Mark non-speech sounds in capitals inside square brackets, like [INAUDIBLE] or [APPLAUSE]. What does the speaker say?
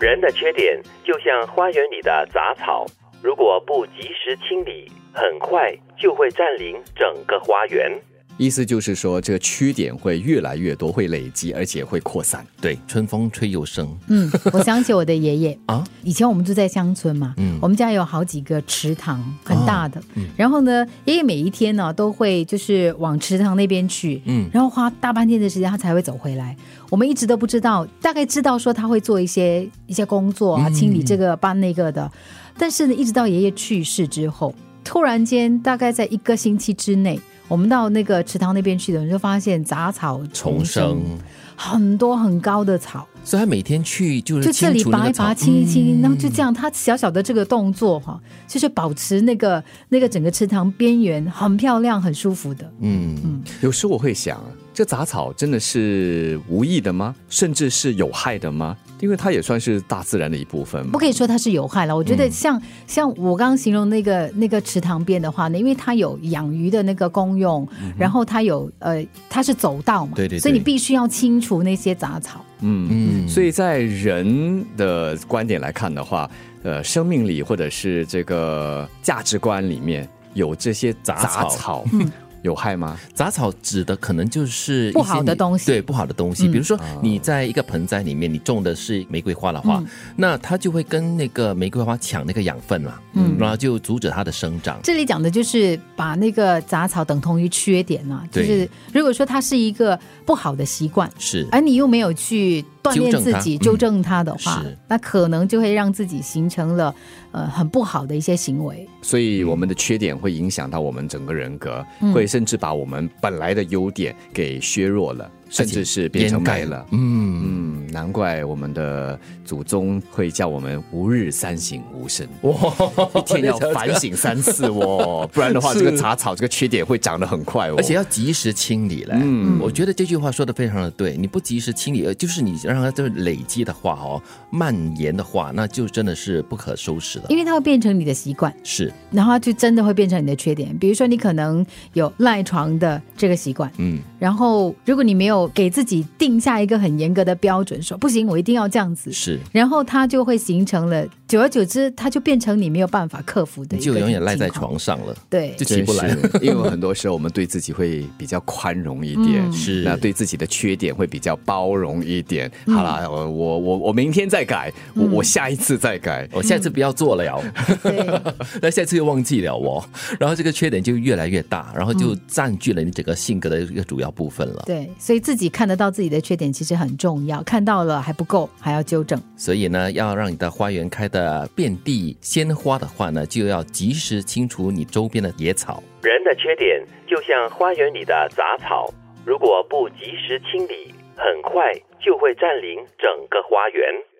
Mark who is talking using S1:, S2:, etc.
S1: 人的缺点就像花园里的杂草，如果不及时清理，很快就会占领整个花园。
S2: 意思就是说，这个缺点会越来越多，会累积，而且会扩散。
S3: 对，春风吹又生。
S4: 嗯，我想起我的爷爷
S3: [LAUGHS] 啊，
S4: 以前我们住在乡村嘛，
S3: 嗯
S4: 我们家有好几个池塘，很大的。
S3: 嗯
S4: 然后呢，爷爷每一天呢、都会就是往池塘那边去，
S3: 嗯
S4: 然后花大半天的时间他才会走回来。我们一直都不知道，大概知道说他会做一些一些工作啊，
S3: 嗯
S4: 清理这个搬那个的，但是呢，一直到爷爷去世之后，突然间大概在一个星期之内。我们到那个池塘那边去的，你就发现杂草丛
S3: 重
S4: 生，
S3: 生，
S4: 很多很高的草，
S3: 所以他每天去就是
S4: 就这
S3: 清
S4: 里
S3: 除那
S4: 拔
S3: 个
S4: 一
S3: 草嗯
S4: 拔，清一清，然后就这样，它小小的这个动作哈，就是保持那个那个整个池塘边缘很漂亮、很舒服的。
S3: 嗯，
S2: 有时我会想，这杂草真的是无益的吗？甚至是有害的吗？因为它也算是大自然的一部分
S4: 不
S2: 嘛。
S4: 可以说它是有害了，我
S3: 嗯
S4: 觉得像、像我刚刚形容那个那个池塘边的话呢，因为它有养鱼的那个功用，然后它有呃它是走道嘛，
S3: 嗯对对对
S4: 所以你必须要清除那些杂草。
S2: 嗯嗯，所以在人的观点来看的话，呃，生命里或者是这个价值观里面有这些杂
S3: 草
S2: 草
S3: 嗯
S2: 有害吗？
S3: 杂草指的可能就是一些
S4: 不好的
S3: 你
S4: 东西嗯
S3: 对不好的东西。比如说你在一个盆栽里面，你种的是玫瑰花的
S4: 嗯
S3: 话，那它就会跟那个玫瑰花抢那个养分嘛，嗯，然后就阻止它的生长。
S4: 这里讲的就是把那个杂草等同于缺点啊，就
S3: 对
S4: 是如果说它是一个不好的习惯，
S3: 是，
S4: 而你又没有去锻炼自己、
S3: 纠
S4: 纠
S3: 正嗯
S4: 正它的话，
S3: 是
S4: 那可能就会让自己形成了呃很不好的一些行为。
S2: 所以我们的缺点会影响到我们整个人格，
S3: 嗯
S2: 会甚至把我们本来的优点给削弱了，甚至是变成
S3: 掩盖
S2: 没了。
S3: 嗯，
S2: 嗯，难怪我们的祖宗会叫我们吾日三省吾身，一天要反省三次哦，不然的话，这个杂草这个缺点会长得很快哦。
S3: 而且要及时清理嘞。嗯，我觉得这句话说的非常的对，你不及时清理，呃就是你让它就是累积的话哦，蔓延的话，那就真的是不可收拾的。
S4: 因为它会变成你的习惯，
S3: 是，
S4: 然后它就真的会变成你的缺点。比如说，你可能有赖床的这个习惯，
S3: 嗯，
S4: 然后如果你没有给自己定下一个很严格的标准，说不行，我一定要这样子，
S3: 是，
S4: 然后它就会形成了，久而久之，它就变成你没有办法克服的
S3: 你
S4: 一个
S3: 就永远赖在
S4: 情况。
S3: 床上了。
S4: 对
S3: 就，起不来
S2: 真是，因为很多时候我们对自己会比较宽容一点，
S4: 嗯
S3: 是嗯
S2: 那对自己的缺点会比较包容一点。好啦，我我我我明天再改，我我下一次再改。
S3: 我哦下次不要做了，
S4: 对，
S3: [LAUGHS] 那下次又忘记了我，然后这个缺点就越来越大，然后就占据了你整个性格的一个主要部分了。
S4: 对，所以自己看得到自己的缺点其实很重要，看到了还不够，还要纠正。
S3: 所以呢，要让你的花园开的遍地鲜花的话呢，就要及时清除你周边的野草。
S1: 人的缺点就像花园里的杂草，如果不及时清理，很快就会占领整个花园。